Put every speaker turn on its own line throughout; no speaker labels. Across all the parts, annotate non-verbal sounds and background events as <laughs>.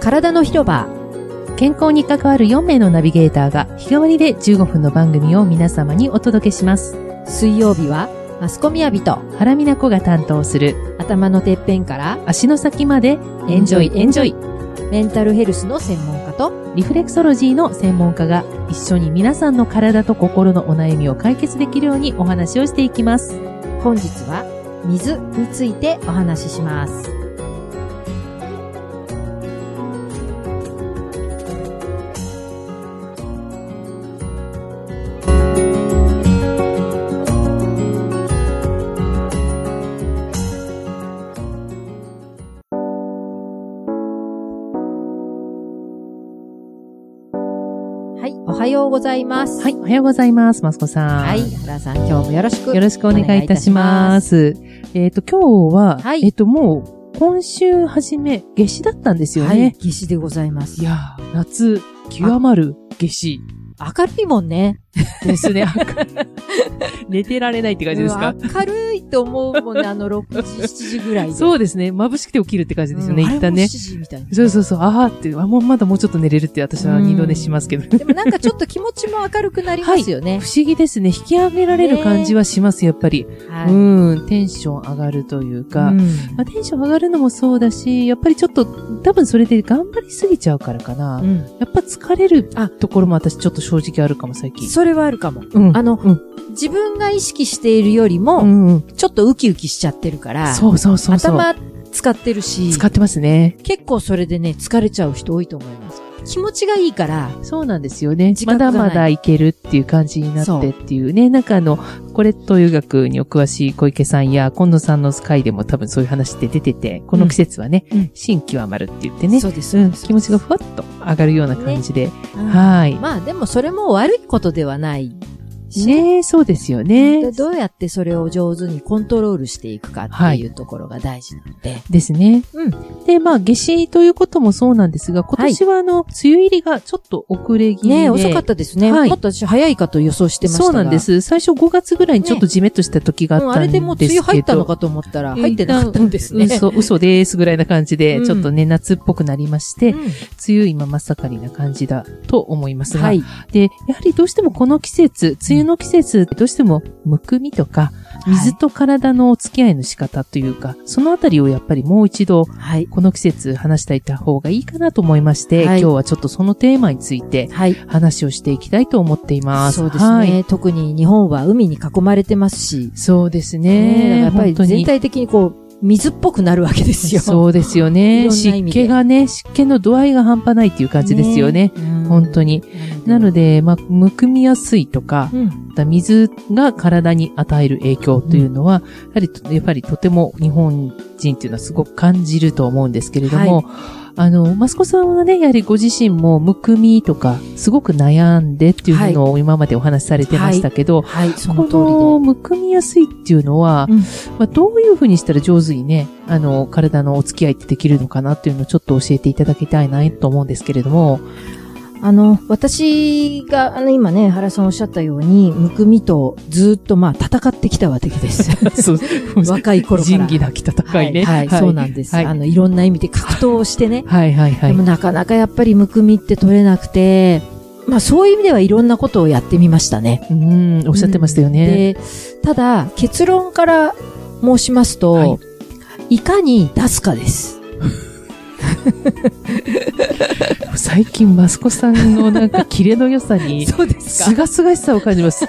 体の広場。健康に関わる4名のナビゲーターが日替わりで15分の番組を皆様にお届けします。
水曜日はマスコミアビと
原美奈子が担当する
頭のてっぺんから
足の先まで
エンジョイエンジョイメンタルヘルスの専門家と
リフレクソロジーの専門家が一緒に皆さんの体と心のお悩みを解決できるようにお話をしていきます。
本日は水についてお話しします。はい、おはようございます。
はい、おはようございます、マスコさん。
はい、原さん、今日もよろしく。
よろしくお願いいたします。えっ、と、今日は、
はい
えっ、と、もう、今週初め、夏至だったんですよね。
はい、
い、
夏至でございます。
やー、夏、極まる夏至
明るいもんね。
ですね。 <laughs> 寝てられないって感じですか
うわ明るいと思うもんね、
<laughs>
あの、6時、7時ぐらいで。
そうですね。眩しくて起きるって感じですよね、
うん
一旦
あれも
ね
7。時みたいな。
そうそうそう、あーって、あ、もうまだもうちょっと寝れるって私は二度寝しますけど。 <laughs>
でもなんかちょっと気持ちも明るくなりますよね。
不思議ですね。引き上げられる感じはします、やっぱり。、
はいううん
テンション上がるというか。まあ、テンション上がるのもそうだし、やっぱりちょっと、多分それで頑張りすぎちゃうからかな。
ん。
やっぱ疲れる
あ
ところも私ちょっと正直あるかも、最近。
それはあるかも。
うん
あの
うん、
自分が意識しているより
う
も、
んうん。
ちょっとウキウキしちゃってるから、
そうそうそうそう。
頭使ってるし、
使ってますね。
結構それでね、疲れちゃう人多いと思います。気持ちがいいから、
そうなんですよね
自。
ま
覚が
だ
ない
まだいけるっていう感じになってっていうね。なんかあの、これという学にお詳しい小池さんや、今野さんの回でも多分そういう話って出てて、この季節はね、
うんうん
新極まるって言ってね。
そうです。
うん、気持ちがふわっと上がるような感じで。
うん
はーい。
まあでもそれも悪いことではないしね。
ねそうですよ
で
ね。
どうやってそれを上手にコントロールしていくかっていうところが大事なので。
ですね。
うん
で、まあ、夏至ということもそうなんですが、今年はあの、梅雨入りがちょっと遅れ気味で。
ね遅かったですね。
はい
もっと私早いかと予想してましたが。
そうなんで。す。最初5月ぐらいにちょっと
ね
じめっとした時があっ
もう
た
あ
んで
れで
すけど。
もう梅雨入ったのかと思ったら、入ってなかったんですね。
うん嘘、嘘ですぐらいな感じで、
うん
ちょっとね、夏っぽくなりまして、
うん
梅雨今真っ盛りな感じだと思いますが、
はい。
で、やはりどうしてもこの季節、梅雨の季節、どうしてもむくみとか、水と体のお付き合いの仕方というか、そのあたりをやっぱりもう一度、
はい。
この季節話していた方がいいかなと思いまして、
はい
今日はちょっとそのテーマについて
はい。
話をしていきたいと思っています。
そうです
はい。
ね。特に日本は海に囲まれてますし、
そうです
ね
ね。
やっぱり
本当に
全体的にこう、水っぽくなるわけですよ。
そうですよ
いろ
ね。
んな意
湿
味で
気がね、湿気の度合いが半端ないっていう感じですよね。
うん
本当に。なので、まあ、むくみやすいとか、
うん
水が体に与える影響というのは、やはりと、やっぱりとても日本人っていうのはすごく感じると思うんですけれども、あの、マスコさんはね、やはりご自身もむくみとか、すごく悩んでっていうのを今までお話しされてましたけど、
はい、その通りで。
このむくみやすいっていうのは、
うん
まあ、どういうふうにしたら上手にね、あの、体のお付き合いってできるのかなっていうのをちょっと教えていただきたいなと思うんですけれ
<laughs>
ども。
あの、私が、あの、今ね、原さんおっしゃったように、むくみとずーっとまあ、戦ってきたわけ
<laughs>
です。
そう、
若い頃
<laughs>
から。
仁義なき戦いね。
はい、はいそうなんです。
はい
あの、いろんな意味で格闘をしてね。
はいはいは
でも
い。
なかなかやっぱりむくみって取れなくて、まあ、そういう意味ではいろんなことをやってみましたね。
うん、おっしゃってましたよね。
で、ただ、結論から申しますと、、
はい
かに出すかです。
最近、マスコさんのなんか、キレの良さ <laughs> に、
そうです
すがすがしさを感じます。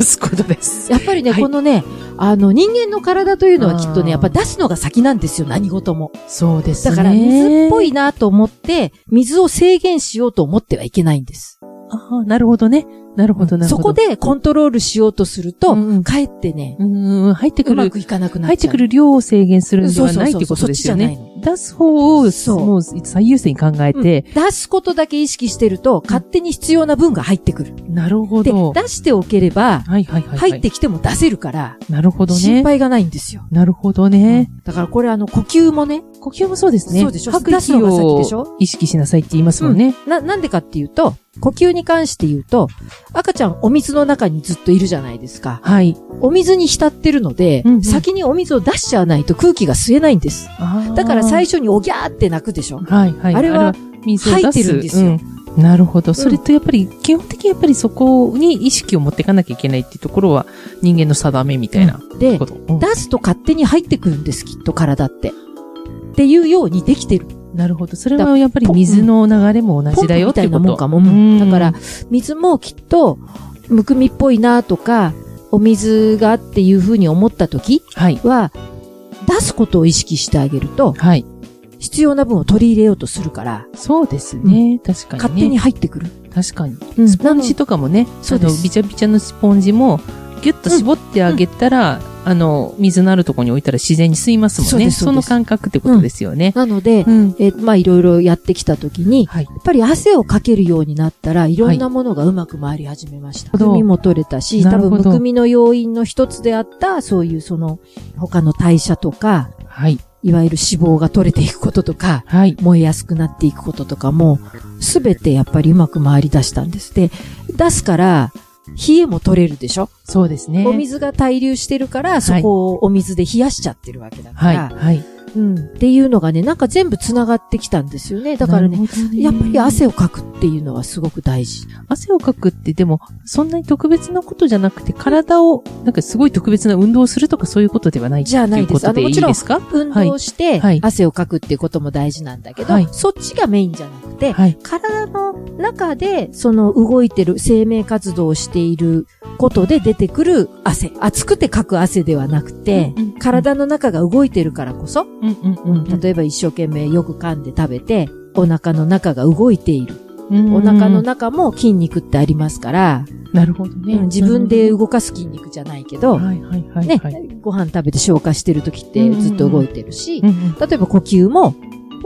出すことです。
やっぱりね、
はい
このね、あの、人間の体というのはきっと
あー
ね、やっぱ出すのが先なんですよ、何事も。
そうです
だ
ね。
から、水っぽ
い。
いなと思って、水を制限しようと思ってはいけないんです。
ああ、なるほどね。なるほど、なる
そ
ほど。
こでコントロールしようとすると、
うんうん
かえってね、
うん、入って
う
く
ま
る
くいかなくな
入
っ
っ
ち
て
ゃう。
くる量を制限するんで
そう
は
そうそう
ないってことです
そ
よ
っち
ね
じゃ。
出す方を、
そう
もう最優先に考えて、
出すことだけ意識してると、勝手に必要な分が入ってくる。
なるほ
で、
ど。
出しておければ、
はいはいはいはい。
入ってきても出せるから、
なるほど
心
ね。
配がないんですよ。
なるほどね。
だからこれあの、呼吸もね、
呼吸もそうですね。
そうでしょ
吐く
出す
息
のが先でし
を
ょ
意識しなさいって言いますもんね。
な、なんでかっていうと、呼吸に関して言うと、赤ちゃんお水の中にずっといるじゃないですか。
はい。
お水に浸ってるので、
うんうん
先にお水を出しちゃわないと空気が吸えないんです。だから最
初。
初におぎゃーって泣くでしょ。
はいはい。
あれは、
水を出す。
入ってるんですよ
うんなるほど。それとやっぱり、基本的にやっぱりそこに意識を持っていかなきゃいけないっていうところは人間の定めみたいな
で
こ、と。うん
出すと勝手に入ってくるんです、きっと体って。っていうようにできてる。
なるほど。それはやっぱり水の流れも同
ポン
じだ
プ
よっ
みた
て
い
こ
な
と。
もんかも。う
うん
んだから、水もきっと、むくみっぽいなとか、お水がっていうふうに思った時
はい。
は、出すことを意識してあげると、
はい。
必要な分を取り入れようとするから、
そうですね。確かに、ね。
勝手に。入ってくる。
確かに。
うん
スポンジとかもね、
そう
あ
で
の
す
びちゃびちゃのスポンジも、ぎゅっと絞ってあげたら、あの、水のあるところに置いたら自然に吸いますも
そうんで
ね。
す
そ
そうで
の
す
感覚ってことですよね。
なので、
うん。
えまあいろいろやってきた時に、
はい。
やっぱり汗をかけるようになったら、いろんなものがうまく回り始めました。む
なる
く
ほど
みも取れたし、
な
多
るほ
分
ど
むくみの要因の一つであった、そういうその、他の代謝とか、
はい。
いわゆる脂肪が取れていくこととか、
はい。
燃えやすくなっていくこととかも、すべてやっぱりうまく回り出したんです。で、出すから、冷えも取れるでしょ、
そうですね。
お水が滞留してるから、そこをお水で冷やしちゃってるわけだか
はい。
ら、
はい。
うん。っていうのがね、なんか全部繋がってきたんですよね。だからね、
なるほどね
やっぱり汗をかくっていうのはすごく大事。
汗をかくってでも、そんなに特別なことじゃなくて、体を、なんかすごい特別な運動をするとかそういうことではない
じゃあないです
っていうこ
あ
とで
の
い
も
い
ちろん
ですか
運動して
はい、
汗をかくっていうことも大事なんだけど、
はい
そっちがメインじゃなくて、
はい。
体の中で、その動いてる生命活動をしていることで出てくる汗。熱くてかく汗ではなくて、
うんうん
体の中が動いてるからこそ、
うんうんうんうん。
例えば一生懸命よく噛んで食べて、お腹の中が動いている。
うん
お腹の中も筋肉ってありますから、
なるほどね
うん。自分で動かす筋肉じゃないけど、
はいはいはい。
ね
はい、
ご飯食べて消化してる時ってずっと動いてるし、
うんうん
例えば呼吸も、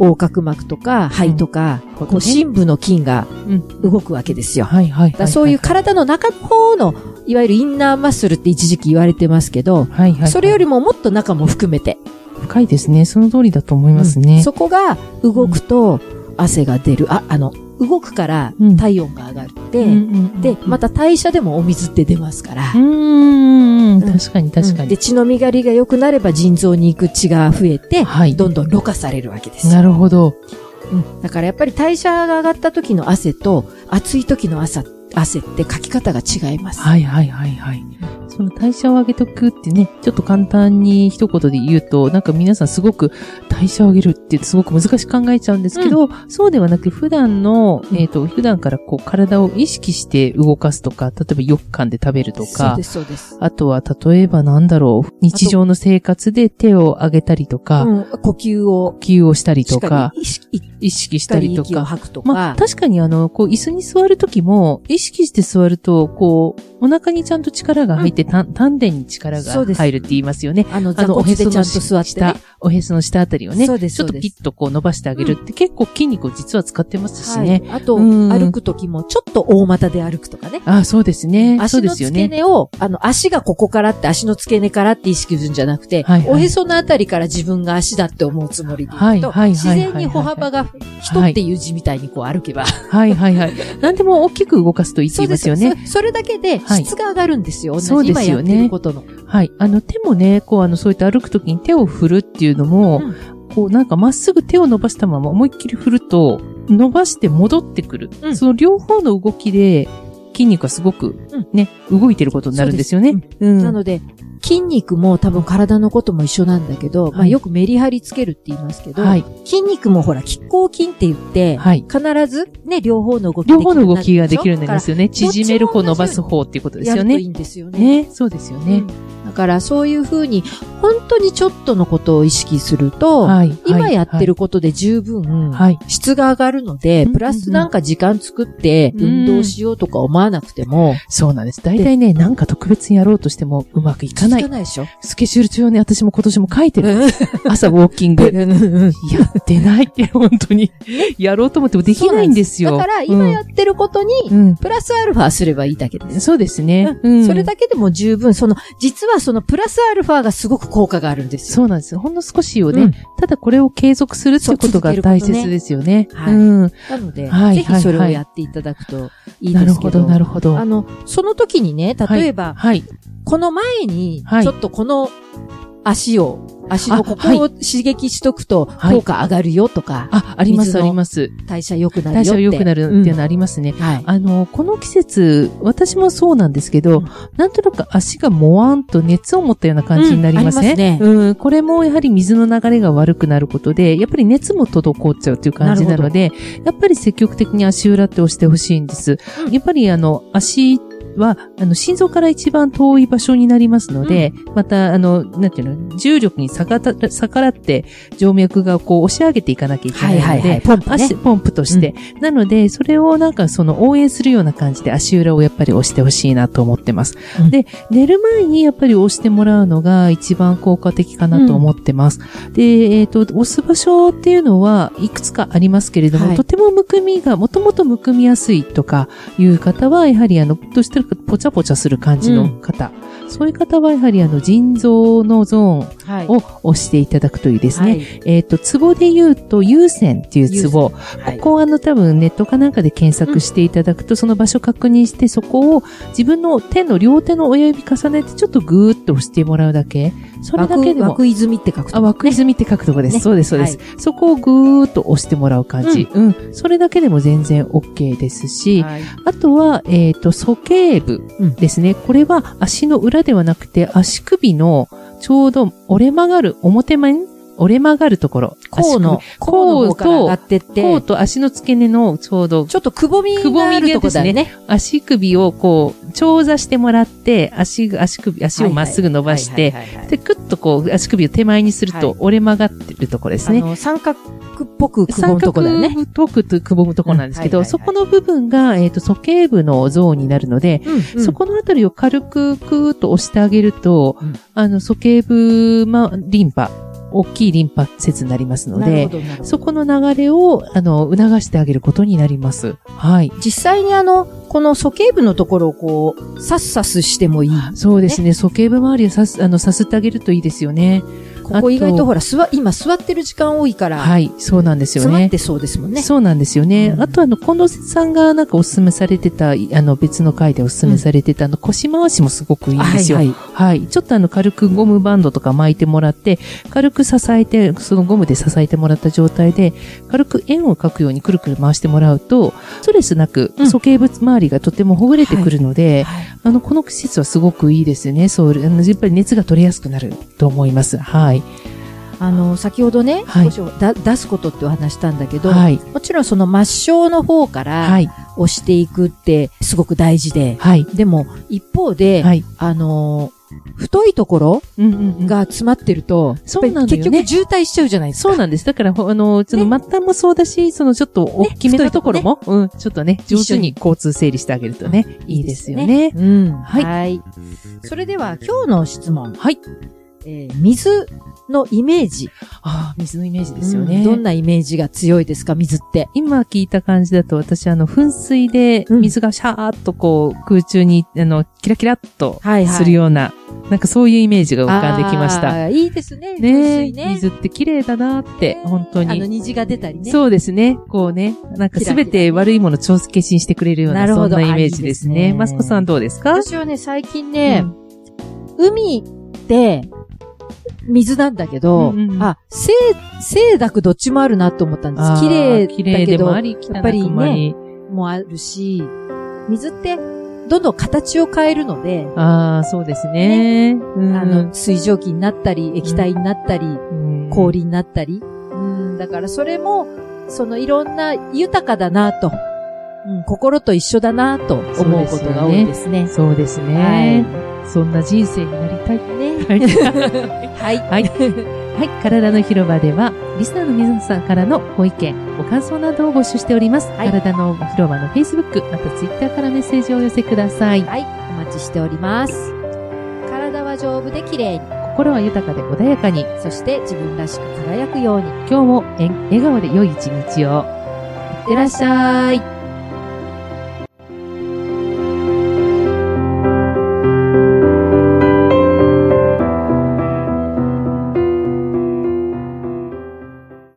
横隔膜とか肺とか、
うん
こう深部の筋が
うん
動くわけですよ。だか
はいはいは
ら
い。
そういう体の中の方の、いわゆるインナーマッスルって一時期言われてますけど、
はいはい。
それよりももっと中も含めて、
深いですね。その通りだと思います
うん
ね。
そこが動くと汗が出る。あ、あの、動くから
うん
体温が上がって、
うんうんうん
で、また代謝でもお水って出ますから
う。ーん。
うん
確かに確か
うんで、
に。
血の身狩りが良くなれば腎臓に行く血が増えて、
はい。
どんどんろ過されるわけですよ。
なるほど。
うんだからやっぱり代謝が上がった時の汗と、暑い時の汗汗って書き方が違います。
はいはいはいはい。その代謝を上げとくってね、ちょっと簡単に一言で言うと、なんか皆さんすごく代謝を上げるってすごく難しく考えちゃうんですけど、そうではなく普段の、えっ、と、普段からこう体を意識して動かすとか、例えばよく噛んで食べると
そう
か
で、す、そうです。
あとは例えばなんだろう、日常の生活で手を上げたりとか、
うん呼吸を
呼、吸をしたり
しっ
と
か
か、
り意識し
意識し
っか
た
り
りと
息を
か、
吐くとか。
まあ、確かにあの、こう、椅子に座るときも、意識して座ると、こう、お腹にちゃんと力が入って、たん、丹田に力
そう
が
です
入るって言いますよね。
あの、
あ
座
の、お
骨
へ
で
そ
ちゃ
の
んと座って
下
ね。、
おへその下あたりをね、ちょ
そうです
っと
そうです
ピッとこう伸ばしてあげるって、結構筋肉を実は使ってますし
は
ね。
い。あと、
うん
歩く時も、ちょっと大股で歩くとかね。
ああ、そうですね。そ
足
うで
の
すよ
付け
ね。
根を、あの、足がここからって、足の付け根からって意識するんじゃなくて、
はいはい
おへそのあたりから自分が足だって思うつもりでいくと、
はいはいはい
自然に歩幅が人っていう字みたいにこう歩けば、
はいはいはい。何でも大きく動かすといいって言いますよね。
そそれだけで
はい
質が上がるんですよ。
そ
同
う
じ
で
今
す
や
よ
っ
ね
てることの。
はい。あの、手もね、こう、あの、そういった歩くときに手を振るっていうのも、
うん
こう、なんかまっすぐ手を伸ばしたまま思いっきり振ると、伸ばして戻ってくる。
うん
その両方の動きで、筋肉がすごく
うん
ね、動いてることになるんですよね。
そう
うん。
なので、筋肉も多分体のことも一緒なんだけど、ま
は
あ
い
よくメリハリつけるって言いますけど、
はい。
筋肉もほら、拮抗筋って言って、
はい。
必ずね、両方の動き
両方の動きができるようになりますすよね。
ちも同じように
縮める方、伸ばす方っていうことです
や
よ
るとい
ね。
いんですよね。
ね。そうですよね。
うんだからそういうふうに、本当にちょっとのことを意識すると、
はい。
今やって
る。
ることで十分、
はい。
質が上がるので、
うん
プラスなんか時間作って
うん
運動しようとか思わなくても、
そうなんです。大体ね、なんか特別にやろうとしてもうまくいかな
続
い。
ないでしょ。
スケジュール中ね、私も今年も書い
<laughs>
てる。朝ウォーキング。やってない。本当に。やろうと思ってもできないんですよ。
だから今やってることに、
うん、
プラスアルファすればいいだけで
うん
す。
そうですね。う
うん
ん。
それだけでも十分、その、実はそのプラスアルファがすごく効果があるんですよ。
そうなんです。ほんの少しをね、
うん
ただこれを継続するってことが大切ですよね。
そう続けることねはい
うん。
なので、
はい
ぜひそれを
はいはい
やっていただくといい
な
で
る
すけ
ほ
ど。
ど、なるほど。
あの、その時にね、例えば、
はい。
この前に
は、い
ちょっとこの足を足のここを刺激しとくと
はい
効果上がるよとか、
あ、あります、
水
あ
の
ります。
代謝良くなるよっ
代
て。
謝が良くなるっていうの
は、
ありますね。
うんはい。
あの、この季節、私もそうなんですけど、
うん
なんとなく足がもわんと熱を持ったような感じになりますね。
うんありますね
うんこれもやはり水の流れが悪くなることで、やっぱり熱も滞っちゃうという感じなので、やっぱり積極的に足裏って押してほしいんです。
うん
やっぱりあの、足、は、あの、心臓から一番遠い場所になりますので、また、あの、なんていうの、重力に逆た逆らって、静脈がこう押し上げていかなきゃいけ
は
ない
い
の
はい
で、
はい。ポンプね
足、。ポンプとして。なので、それをなんかその応援するような感じで足裏をやっぱり押してほしいなと思ってます。
うん
で、寝る前にやっぱり押してもらうのが一番効果的かなと思ってます。で、えっ、と、押す場所っていうのはいくつかありますけれども、
はい
とてもむくみが、もともとむくみやすいとかいう方は、やはりあの、どうしてるかぽちゃぽちゃする感じの方。そういう方は、やはりあの、腎臓のゾーン
はい
を押していただくといいですね。
はい
えっ、と、ツボで言うと、優先っていうツ
は
ボ。こ
い
こはあの多分ネットかなんかで検索していただくと、その場所確認して、そこを自分の手の両手の親指重ねて、ちょっとぐーっと押してもらうだけ。それだけ
枠
でも。
枠泉って書く
あ、
と。
枠泉って書くとこです。
ね
そうです、そうです、そこをぐーっと押してもらう感じ。うん。それだけでも全然 OK ですし、
はい
あとは、えっ、と、鼠径部ですね。これは足の裏ではなくて、足首のちょうど折れ曲がる表面折れ曲がるところ。
甲の
足、
甲の方から上がってっ
首甲
て、
と足の付け根のちょうど
ちょっとくぼみ
くぼ
が
み
あるとこだよ
で
ね。
足首をこう、長座してもらって、足が、足首、足をまっすぐ伸ばして、
はいはいはいはい
で、クッとこう、足首を手前にすると
はい
折れ曲がってるところですね
あ。の、三角っぽくくぼむとこだよね。
三角トークとくぼむとこなんですけど、
うんはいはい
そ
はい
この部分が、えっ、と、鼠径部のゾーンになるので、
うん
そこのあたりを軽くクーッと押してあげると、
うん
あの、鼠径部、ま、リンパ、大きいリンパ節になりますの
なるほ
で、
どなるほど
そこの流れを、あの、促してあげることになります。はい。
実際にあの、この鼠径部のところをこう、サスサスしてもいい。
そうですね。鼠径部周りをさす、あの、さすってあげるといいですよね。
ここ意外
あ
と
と
ほら、座、今座ってる時間多いから、
はい。そうなんですよ
詰まっ
ね。
てそうですもんね。
そうなんですよね。
うん
あと、あの、近藤さんがなんかお勧めされてた、いあの、別の回でお勧めされてた、あの、腰回しもすごくいいんですよ。
は
はいい、
はい。
ちょっとあの、軽くゴムバンドとか巻いてもらって、軽く支えて、そのゴムで支えてもらった状態で、軽く円を描くようにくるくる回してもらうと、ストレスなく、
うん
鼠径物周りがとてもほぐれてくるので、
はい
あの、この季節はすごくいいですよね。そう、あのやっぱり熱が取れやすくなると思います。はい。
あの、先ほどね、
はい
少しだ出すことってお話したんだけど、
はい。
もちろんその末梢の方から
はい。
押していくってすごく大事で、
はい。
でも一方で、
はい。
あのー太いところ
うんうんうん
が詰まってると、
そうなのよね
やっぱり結局渋滞しちゃうじゃないですか。
そうなんです。だから、ほあの、その末端もそうだし、そのちょっと大きめ
ね
なところも、うん、ちょっとね、上
一緒
手
に
に交通整理してあげるとね、いいですよね。
うん。は。
はいい
それでは今日の質問。
はい。
えー水のイメージ。
ああ、水のイメージですよ
う
ね。
んどんなイメージが強いですか、水って。
今聞いた感じだと、私、あの、噴水で、
うん
水がシャーっとこう、空中に、あの、キラキラっと
はいはい
するような、なんかそういうイメージが浮かんできました。
あー。いいですね。
ね
水ね。
水って綺麗だなって、本当
あの、
に。
虹が出たりね。
そうですね。こうね。なんか
キラキ
す
ラ
べて悪いものを調子消しにしてくれるよう
な
な、
るほ
そ
ど
んなイメージで
あ
す
いいで
ね。
すね
マスコさんどうですか
私はね、最近ね、海って、水なんだけど、
うんうんうん
あ、清、清濁どっちもあるなと思ったんです。綺
綺
麗だ
麗
け
で
ど
もあ、り、
や
や
っ
っ
ぱ
ぱ
りね
りね。
もあるし、水って、どんどん形を変えるので、
ああ、そうですね。うん
あの、、水蒸気になったり、液体になったり、
うん。
氷になったり。うん、だからそれも、そのいろんな豊かだなと、うん、心と一緒だなと思うことが多いですね。
そうですね。そんな人生になりたい。
はい。ね。 <laughs> はい。
<laughs> はい。はい。体の広場では、リスナーの皆さんからのご意見、ご感想などを募集しております。
はい
体の広場の Facebook、また Twitter からメッセージをお寄せください。
はい。お待ちしております。体は丈夫で綺麗に、
心は豊かで穏やかに、
そして自分らしく輝くように。いっ
今日もえん笑顔で良い一日を。いってて
ら
ら
っ
っ
し
し
ゃ
ゃ
い
い。。